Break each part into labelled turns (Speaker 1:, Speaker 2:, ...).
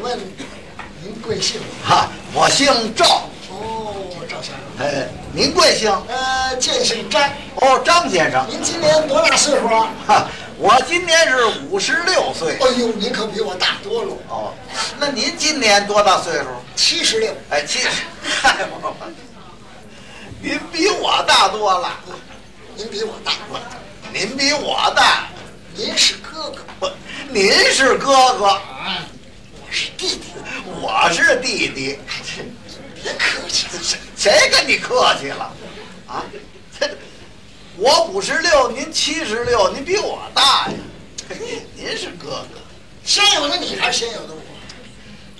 Speaker 1: 问您贵姓？
Speaker 2: 哈，我姓赵，
Speaker 1: 哦，赵先生。
Speaker 2: 呃，您贵姓？
Speaker 1: 呃，见姓张。
Speaker 2: 哦，张先生。
Speaker 1: 您今年多大岁数了？
Speaker 2: 哈，我今年是五十六岁。
Speaker 1: 哎呦，您可比我大多了，
Speaker 2: 哦，那您今年多大岁数？
Speaker 1: 七十六。
Speaker 2: 哎，七十。嗨，我您比我大多了，
Speaker 1: 您比我大多了。
Speaker 2: 您比我大，
Speaker 1: 您是哥哥，
Speaker 2: 我您是哥哥，
Speaker 1: 我是弟弟。
Speaker 2: 我是弟弟。
Speaker 1: 别客气，
Speaker 2: 谁谁跟你客气了？啊，这我五十六，您七十六，您比我大呀。您您是哥哥，
Speaker 1: 先有的你还是先有的我？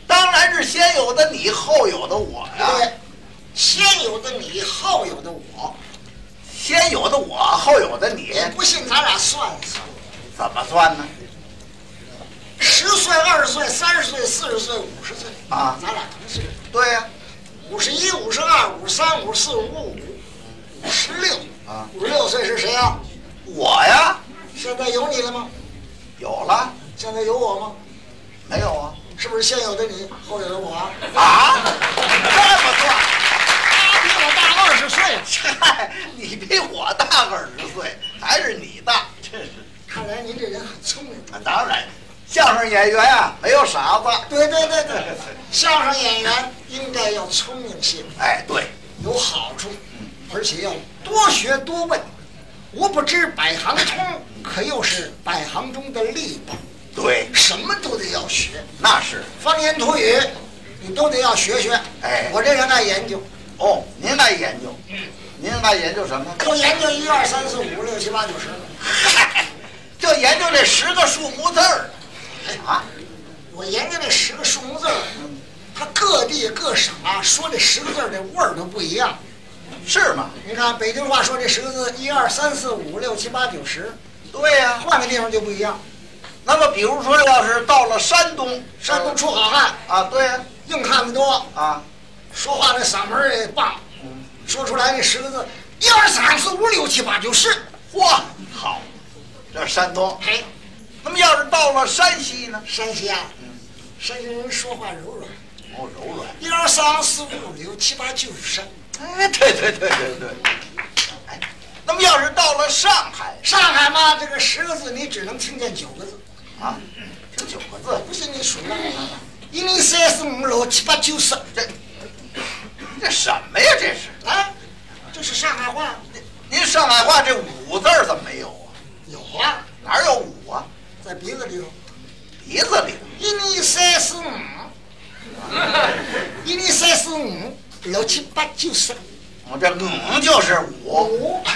Speaker 2: 当然是先有的你，后有的我呀。
Speaker 1: 对，哎先有的你，后有的我。
Speaker 2: 先有的我，后有的你，
Speaker 1: 不信咱俩算一算，
Speaker 2: 怎么算呢？
Speaker 1: 十岁、二十岁、三十岁、四十岁、五十岁
Speaker 2: 啊
Speaker 1: 咱俩同岁，
Speaker 2: 对呀、
Speaker 1: 五十一、五十二、五十三、五十四、五五、五十六
Speaker 2: 啊
Speaker 1: 五十六岁是谁啊？
Speaker 2: 我呀，
Speaker 1: 现在有你了吗？
Speaker 2: 有了
Speaker 1: 现在有我吗？
Speaker 2: 没有啊？
Speaker 1: 是不是先有的你，后有的我啊？
Speaker 2: 啊，
Speaker 1: 他啊
Speaker 2: 这么算？
Speaker 1: 比我大二十岁，
Speaker 2: 嗨，你比我大二十岁，还是你大？真是，
Speaker 1: 看来您这人很聪明。
Speaker 2: 那当然，相声演员啊，没有傻子。
Speaker 1: 对对对对，相声演员应该要聪明些，
Speaker 2: 哎，对，
Speaker 1: 有好处，而且要多学多问。无不知百行通，可又是百行中的利宝，
Speaker 2: 对，
Speaker 1: 什么都得要学，
Speaker 2: 那是。
Speaker 1: 方言土语你都得要学学。
Speaker 2: 哎
Speaker 1: 我这人爱研究，
Speaker 2: 哦，您爱研究，您爱研究什么？
Speaker 1: 我研究一二三四五六七八九十，
Speaker 2: 嗨，就研究这十个数目字儿。啊，
Speaker 1: 我研究这十个数目字儿，它各地各省啊说这十个字儿的味儿都不一样。
Speaker 2: 是吗？
Speaker 1: 你看北京话说这十个字，一二三四五六七八九十，
Speaker 2: 对呀、
Speaker 1: 换个地方就不一样。
Speaker 2: 那么，比如说，要是到了山东，
Speaker 1: 山东出好汉，
Speaker 2: 啊，对呀、
Speaker 1: 硬汉子多，
Speaker 2: 啊，
Speaker 1: 说话这嗓门儿也棒，说出来这十个字，一二三四五六七八九十。
Speaker 2: 嚯，好，这是山东。
Speaker 1: 嘿，
Speaker 2: 那么，要是到了山西呢？
Speaker 1: 山西啊，山西人说话柔软，
Speaker 2: 哦，柔软。
Speaker 1: 一二三四五六七八九十。
Speaker 2: 哎，对对对对对。哎，那么要是到了上海
Speaker 1: 上海嘛，这个十个字你只能听见九个字，
Speaker 2: 啊，这九个字，
Speaker 1: 不信你数吧。一二三四五六七八九十，
Speaker 2: 这这什么呀？这是
Speaker 1: 啊，这是上海话。
Speaker 2: 您上海话这五字儿怎么没有啊？
Speaker 1: 有啊，
Speaker 2: 哪有五啊？
Speaker 1: 在鼻子里头。
Speaker 2: 鼻子里
Speaker 1: 一二三四五，一二三四五，六七八九十
Speaker 2: 头，我这嗯就是五。
Speaker 1: 五，啊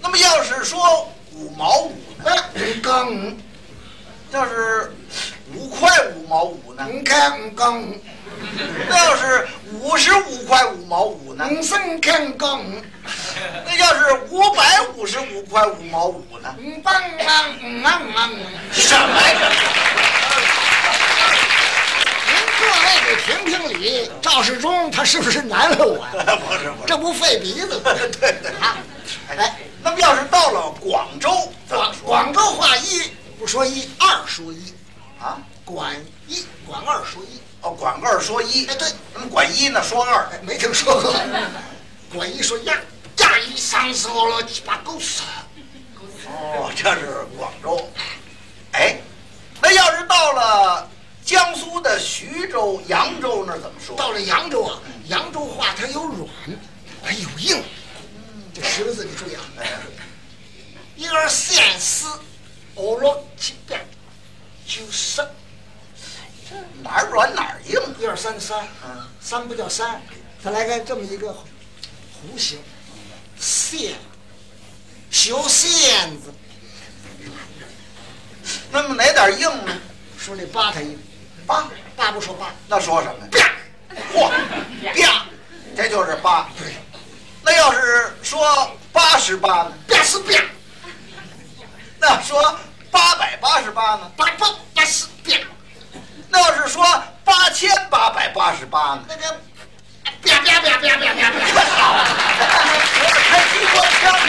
Speaker 2: 那么要是说五毛五呢？
Speaker 1: 哎，五杠五，
Speaker 2: 要是五块五毛五呢？
Speaker 1: 五开五杠五，
Speaker 2: 那要是五十五块五毛五呢？
Speaker 1: 五十五开五杠五，
Speaker 2: 那要是五百五十五块五毛五呢？
Speaker 1: 五八五啊五啊五啊五。
Speaker 2: 什么呀？
Speaker 1: 您各位给评评理，赵世忠他是不是难为我呀？
Speaker 2: 这 不是不是。
Speaker 1: 这不费鼻子吗？
Speaker 2: 对对
Speaker 1: 啊，哎，
Speaker 2: 那么要是到了广州，怎么
Speaker 1: 广
Speaker 2: 说
Speaker 1: 广州话一不说一，二说一，
Speaker 2: 啊，
Speaker 1: 管一管二说一。
Speaker 2: 哦，管二说一，
Speaker 1: 哎，对。
Speaker 2: 那么管一呢说二，
Speaker 1: 哎，没听说过。 我一说呀呀一嗓子我了七八狗屎，
Speaker 2: 哦，这是广州。哎，那要是到了江苏的徐州、扬州那儿怎么说？
Speaker 1: 到了扬州啊，扬州话它有软，还有硬。这十个字你注意啊，
Speaker 2: 哎
Speaker 1: 一二三四五六七八九十，
Speaker 2: 哪儿软哪儿硬？
Speaker 1: 一二三三，
Speaker 2: 嗯
Speaker 1: 三不叫三，再来个这么一个弧形，线，小线子，
Speaker 2: 那么哪点儿硬呢？
Speaker 1: 说那八它硬，
Speaker 2: 八，
Speaker 1: 八不说八，
Speaker 2: 那说什么呀？
Speaker 1: 啪，
Speaker 2: 嚯，啪，这就是八。那要是说八十八呢？
Speaker 1: 啪是啪。
Speaker 2: 那说八百八十八呢？
Speaker 1: 八八八十变，
Speaker 2: 那要是说八千八百八十八呢？
Speaker 1: 那个变变变变变变变，
Speaker 2: 太好了，还机关枪。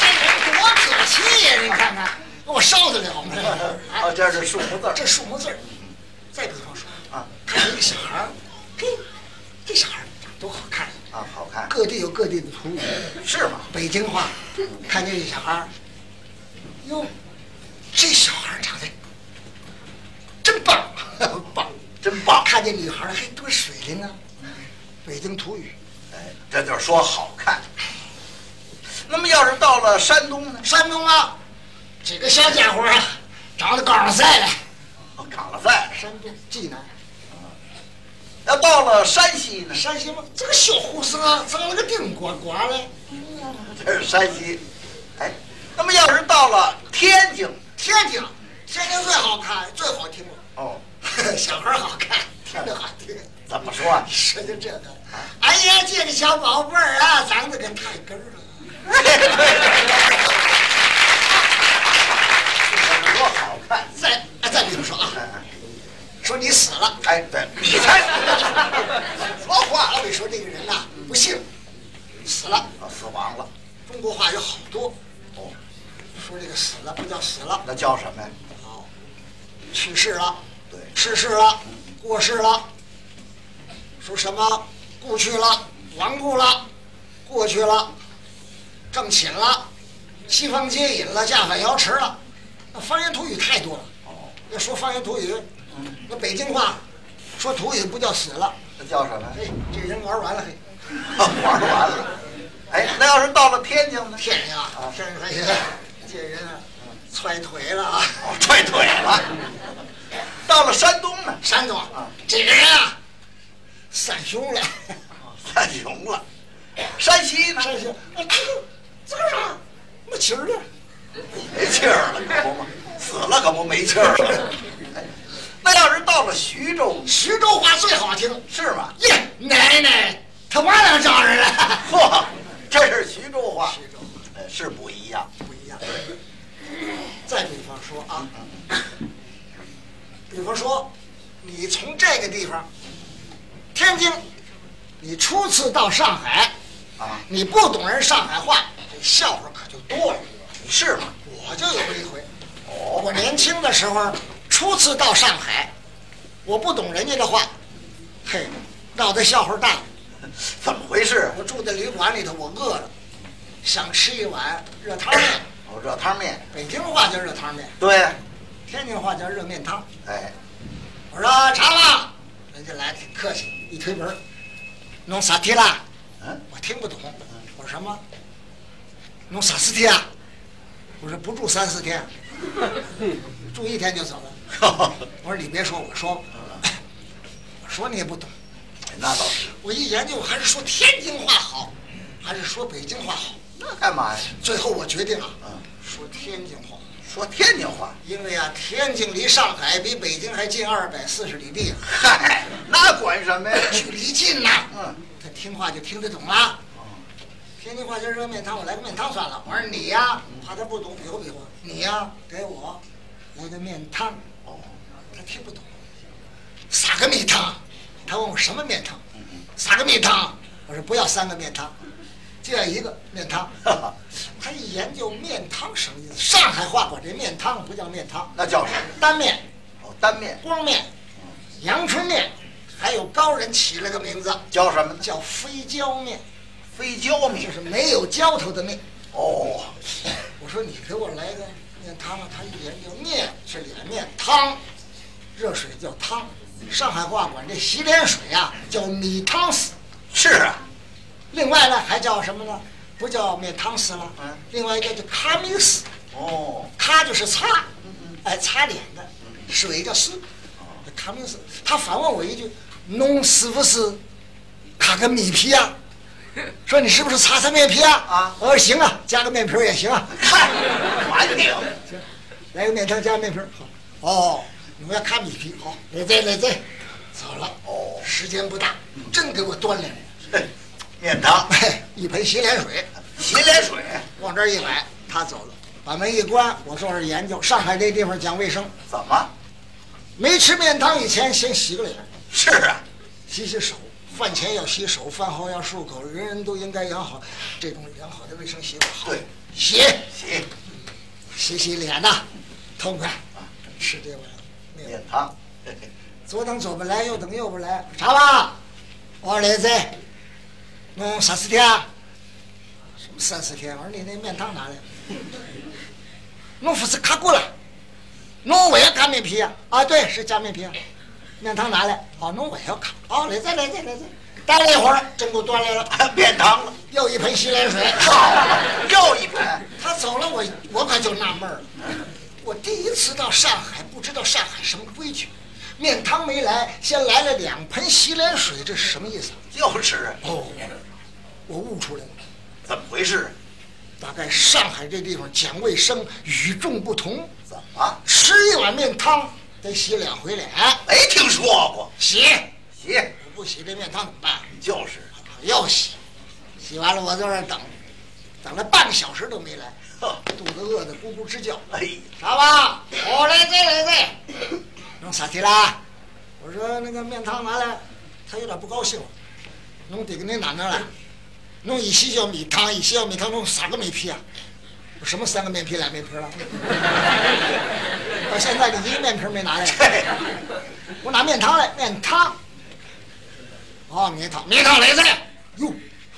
Speaker 1: 这人多可气呀！你看看，给我烧得了吗？
Speaker 2: 啊，这是数目字儿。
Speaker 1: 这数目字儿，再比方说，看一个小孩儿，嘿，这小孩儿长多好看，
Speaker 2: 啊，好看
Speaker 1: 各地有各地的土语，
Speaker 2: 是吗？
Speaker 1: 北京话，看见这小孩儿，哟，这小孩儿长得真棒， 棒！
Speaker 2: 真棒！
Speaker 1: 看见女孩儿还多水灵啊，北京土语。
Speaker 2: 哎，这就是说好看。那么要是到了山东呢？
Speaker 1: 山东啊，几个小家伙啊，长得高赛了。
Speaker 2: 哦卡了在。
Speaker 1: 山东济南，
Speaker 2: 要到了山西呢？
Speaker 1: 山西嘛，这个小胡生啊，长了个顶呱呱嘞。
Speaker 2: 这是山西。哎，那么要是到了天津，
Speaker 1: 天津，天津最好看，最好听 了。
Speaker 2: 哦，
Speaker 1: 小孩儿好看，听着好听。
Speaker 2: 怎么说啊？
Speaker 1: 说就这个，哎呀，这个小宝贝儿啊，长得可太根儿了。
Speaker 2: 多好看！
Speaker 1: 再再比如说啊，说你死了，
Speaker 2: 哎，对，你才
Speaker 1: 说话老得说这个人呐、不幸死了。
Speaker 2: 死亡了。
Speaker 1: 中国话有好多
Speaker 2: 哦，
Speaker 1: 说这个死了不叫死了，
Speaker 2: 那叫什么呀？
Speaker 1: 好，去世了，
Speaker 2: 对
Speaker 1: 逝世了，过世了，说什么故去了，亡故了，过去了，正寝了，西方接引了，驾返瑶池了，那方言土语太多了。
Speaker 2: 哦，嗯
Speaker 1: 要说方言土语，那北京话说土语不叫死了，
Speaker 2: 那叫什么呀？
Speaker 1: 嘿，这人玩完了，嘿，
Speaker 2: 玩完了。哎，那要是到了天津呢？
Speaker 1: 骗人啊
Speaker 2: 啊，嗯
Speaker 1: 骗人还行，这人啊，踹腿了啊。
Speaker 2: 哦，踹腿了。到了山东呢？
Speaker 1: 山东这个人啊，三雄了，
Speaker 2: 哦三雄了。山西呢？
Speaker 1: 三雄，哎，这个这个啥？没气儿了，
Speaker 2: 没气儿了，可不嘛，死了可不没气儿了。哎那要是到了徐州，
Speaker 1: 徐州话最好听。
Speaker 2: 是吗？
Speaker 1: 耶，奶奶，他妈能找人了？
Speaker 2: 嚯，这是徐州话，
Speaker 1: 徐州
Speaker 2: 哎是不一样。
Speaker 1: 不一样。再比方说啊，比方说，你从这个地方，天津，你初次到上海，
Speaker 2: 啊，
Speaker 1: 你不懂人上海话，这笑话可就多了。
Speaker 2: 是吗？
Speaker 1: 我就有一回，
Speaker 2: 哦，
Speaker 1: 我年轻的时候初次到上海，我不懂人家的话，嘿，闹得笑话大。
Speaker 2: 怎么回事？
Speaker 1: 我住在旅馆里头，我饿了，想吃一碗热汤面，
Speaker 2: 哦，热汤面。
Speaker 1: 北京话叫热汤面，
Speaker 2: 对，
Speaker 1: 天津话叫热面汤。
Speaker 2: 哎，
Speaker 1: 我说茶吧，人家来挺客气，一推门，弄啥提啦？
Speaker 2: 嗯，
Speaker 1: 我听不懂，我说什么？弄啥四天啊？我说不住三四天， 住一天就走了。我说你别说，我说，我说你也不懂。
Speaker 2: 那倒是。
Speaker 1: 我一研究，我还是说天津话好，还是说北京话好？
Speaker 2: 那干嘛呀？
Speaker 1: 最后我决定啊
Speaker 2: 嗯，
Speaker 1: 说天津话，
Speaker 2: 说天津话。
Speaker 1: 因为啊，天津离上海比北京还近二百四十里地，啊
Speaker 2: 嗨，那管什么呀？
Speaker 1: 距离近呐。
Speaker 2: 嗯，
Speaker 1: 他听话就听得懂啦。天津话就是热面汤，我来个面汤算了。我说你呀、怕他不懂，比划比划。你呀、给我来个面汤。
Speaker 2: 哦，
Speaker 1: 他听不懂，撒个米汤。他问我什么面汤？
Speaker 2: 嗯
Speaker 1: 撒个米汤。我说不要三个面汤，就要一个面汤。他一研究面汤什么意思？上海话管这面汤不叫面汤，
Speaker 2: 那叫什么？
Speaker 1: 单面、
Speaker 2: 哦，单面
Speaker 1: 光面、阳春面，还有高人起了个名字
Speaker 2: 叫什么呢？
Speaker 1: 叫飞椒面，
Speaker 2: 飞椒
Speaker 1: 就
Speaker 2: 面。
Speaker 1: 是没有浇头的面。
Speaker 2: 哦，
Speaker 1: 我说你给我来个面汤啊，他一研究面是脸面汤，热水叫汤，上海话管这洗脸水啊叫米汤丝，
Speaker 2: 是啊。
Speaker 1: 另外呢还叫什么呢？不叫面汤丝了，
Speaker 2: 嗯
Speaker 1: 另外一个叫咖米丝，
Speaker 2: 哦，
Speaker 1: 咖就是擦，
Speaker 2: 嗯
Speaker 1: 哎擦脸的，水叫丝，
Speaker 2: 哦
Speaker 1: 咖米丝。他反问我一句：“侬是不是卡个米皮 啊？”说你是不是擦擦面皮啊？
Speaker 2: 啊
Speaker 1: 我说行啊，加个面皮儿也行啊。
Speaker 2: 看，满顶。
Speaker 1: 来个面汤加面皮儿，好。哦，你们要看米皮，好，来这来这，走了。
Speaker 2: 哦嗯
Speaker 1: 时间不大，真给我端来了，
Speaker 2: 面汤，
Speaker 1: 嘿，一盆洗脸水，
Speaker 2: 洗脸水。
Speaker 1: 往这儿一摆，他走了。把门一关，我坐这儿研究。上海这地方讲卫生，
Speaker 2: 怎么？
Speaker 1: 没吃面汤以前先洗个脸，
Speaker 2: 是啊，
Speaker 1: 洗洗手。饭前要洗手，饭后要漱口，人人都应该养好这种良好的卫生习惯。好，
Speaker 2: 对
Speaker 1: 洗
Speaker 2: 洗
Speaker 1: 啊洗洗脸呐，痛快。吃这碗面
Speaker 2: 面汤，
Speaker 1: 左等左不来，右等右不来。
Speaker 2: 啥吧？
Speaker 1: 我说雷子，弄三四天啊，什么三四天？我说你那面汤哪来？弄不是卡过了，弄我要擀面皮啊！啊，对，是擀面皮啊。面汤拿来，好，弄我要擀。哦，来再来再来再。待了一会儿，真给我端来了，
Speaker 2: 变汤了，
Speaker 1: 又一盆洗脸水。
Speaker 2: 好了，又一盆。
Speaker 1: 他走了，我我可就纳闷儿了。我第一次到上海，不知道上海什么规矩，面汤没来，先来了两盆洗脸水，这是什么意思啊？
Speaker 2: 就是，
Speaker 1: 哦，我悟出来了，
Speaker 2: 怎么回事？
Speaker 1: 大概上海这地方讲卫生与众不同，
Speaker 2: 怎么？
Speaker 1: 吃一碗面汤得洗两回脸，
Speaker 2: 没听说过。
Speaker 1: 洗，
Speaker 2: 行，
Speaker 1: 我不洗这面汤怎么办？
Speaker 2: 就是，
Speaker 1: 要洗，洗完了我在那儿等，等了半个小时都没来，
Speaker 2: 呵
Speaker 1: 肚子饿得咕咕直叫。
Speaker 2: 哎呀，
Speaker 1: 啥吧？我来这来这，弄啥去啦？我说那个面汤拿来，他有点不高兴了，弄得给那哪那来？弄一西小米汤，一西小米汤弄三个面皮啊？我什么三个面皮两面皮了？到现在你一个面皮没拿来，
Speaker 2: 嘿，
Speaker 1: 我拿面汤来，面汤。哦，面汤，面汤来这，哟，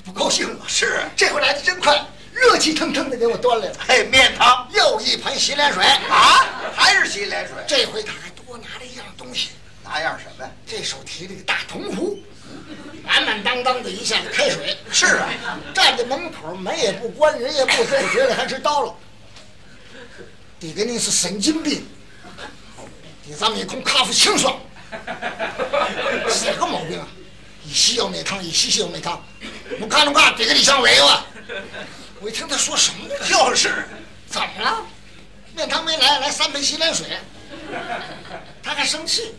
Speaker 1: 不高兴了，
Speaker 2: 是，
Speaker 1: 这回来的真快，热气腾腾的给我端来了，
Speaker 2: 嘿，面汤
Speaker 1: 又一盆洗脸水。
Speaker 2: 啊，还是洗脸水？
Speaker 1: 这回他还多拿了一样东西，
Speaker 2: 哪样什么呀？
Speaker 1: 这手提了个大铜壶，满满当当的一下子开水。
Speaker 2: 是啊，
Speaker 1: 站在门口，门也不关，人也不走，嘴里还吃叨了。你跟那是神经病，你咱们一空咖啡清爽，什个毛病啊？一吸要那汤，一吸要那汤，我看着看，这个你像围啊！我一听他说什么呢？
Speaker 2: 就是，
Speaker 1: 怎么了？面汤没来，来三盆洗脸水，他还生气。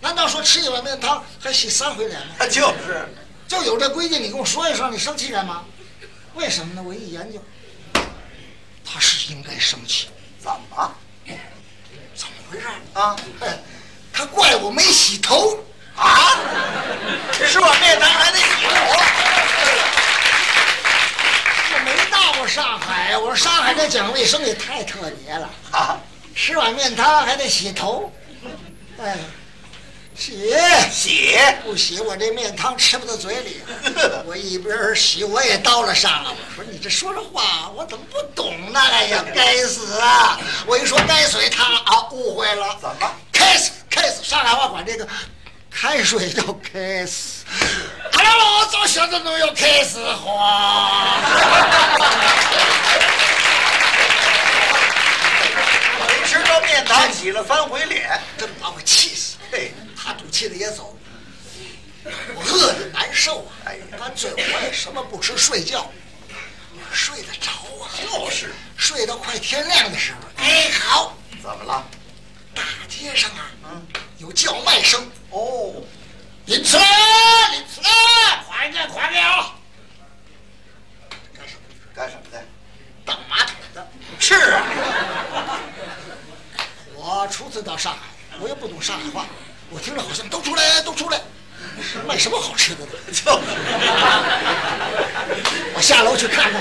Speaker 1: 难道说吃一碗面汤还洗三回脸吗？
Speaker 2: 就是，
Speaker 1: 就有这规矩，你跟我说一声，你生气干嘛？为什么呢？我一研究，他是应该生气，
Speaker 2: 怎么
Speaker 1: 怎么回事？
Speaker 2: 啊？
Speaker 1: 哎，他怪我没洗头。
Speaker 2: 啊？是我面汤还得洗头？
Speaker 1: 我没到过上海，啊我说上海这讲卫生也太特别了。
Speaker 2: 啊，
Speaker 1: 吃碗面汤还得洗头，哎，洗。
Speaker 2: 洗，
Speaker 1: 不洗，我这面汤吃不到嘴里。我一边儿洗，我也叨了上了。我说你这说这话，我怎么不懂呢？哎呀，该死啊！我一说该水，他啊误会了。
Speaker 2: 怎么？
Speaker 1: 开始开始，上海话管这个开水叫开始。哈喽，我早晓得侬要开始花。
Speaker 2: 没吃着面汤洗了三回脸。
Speaker 1: 真把我气死了。
Speaker 2: 嘿，
Speaker 1: 他赌气的也走，我饿得难受啊！
Speaker 2: 哎呀
Speaker 1: 干脆我也什么不吃，睡觉，睡得着啊。
Speaker 2: 就是，
Speaker 1: 睡到快天亮的时候，哎，好，
Speaker 2: 怎么了？
Speaker 1: 大街上啊，有叫卖声，
Speaker 2: 哦，
Speaker 1: 林次郎，林次郎，快点，快点啊！干什么？
Speaker 2: 干什么的？
Speaker 1: 等马桶的。
Speaker 2: 是啊，
Speaker 1: 我初次到上海，我也不懂上海话，我听着好像都出来，都出来，卖什么好吃的呢？
Speaker 2: 就是，
Speaker 1: 我下楼去看看。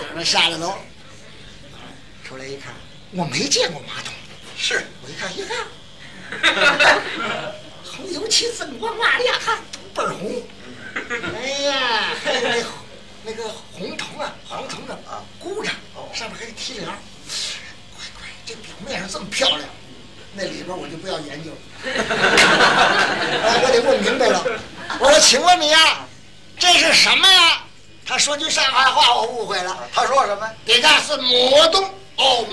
Speaker 1: 等着下了楼，出来一看，我没见过马桶。
Speaker 2: 是，
Speaker 1: 我一看，一看， 红油漆锃光瓦亮，看倍儿红。哎呀，那个那个红铜啊，黄铜的
Speaker 2: 啊
Speaker 1: 箍着，上面还有提梁。乖乖，这表面上这么漂亮，那里边我就不要研究了。哎，我得问明白了。我说，请问你呀，这是什么呀？他说句上海话，我误会了。
Speaker 2: 啊他说什么？
Speaker 1: 这个是摩东。哦，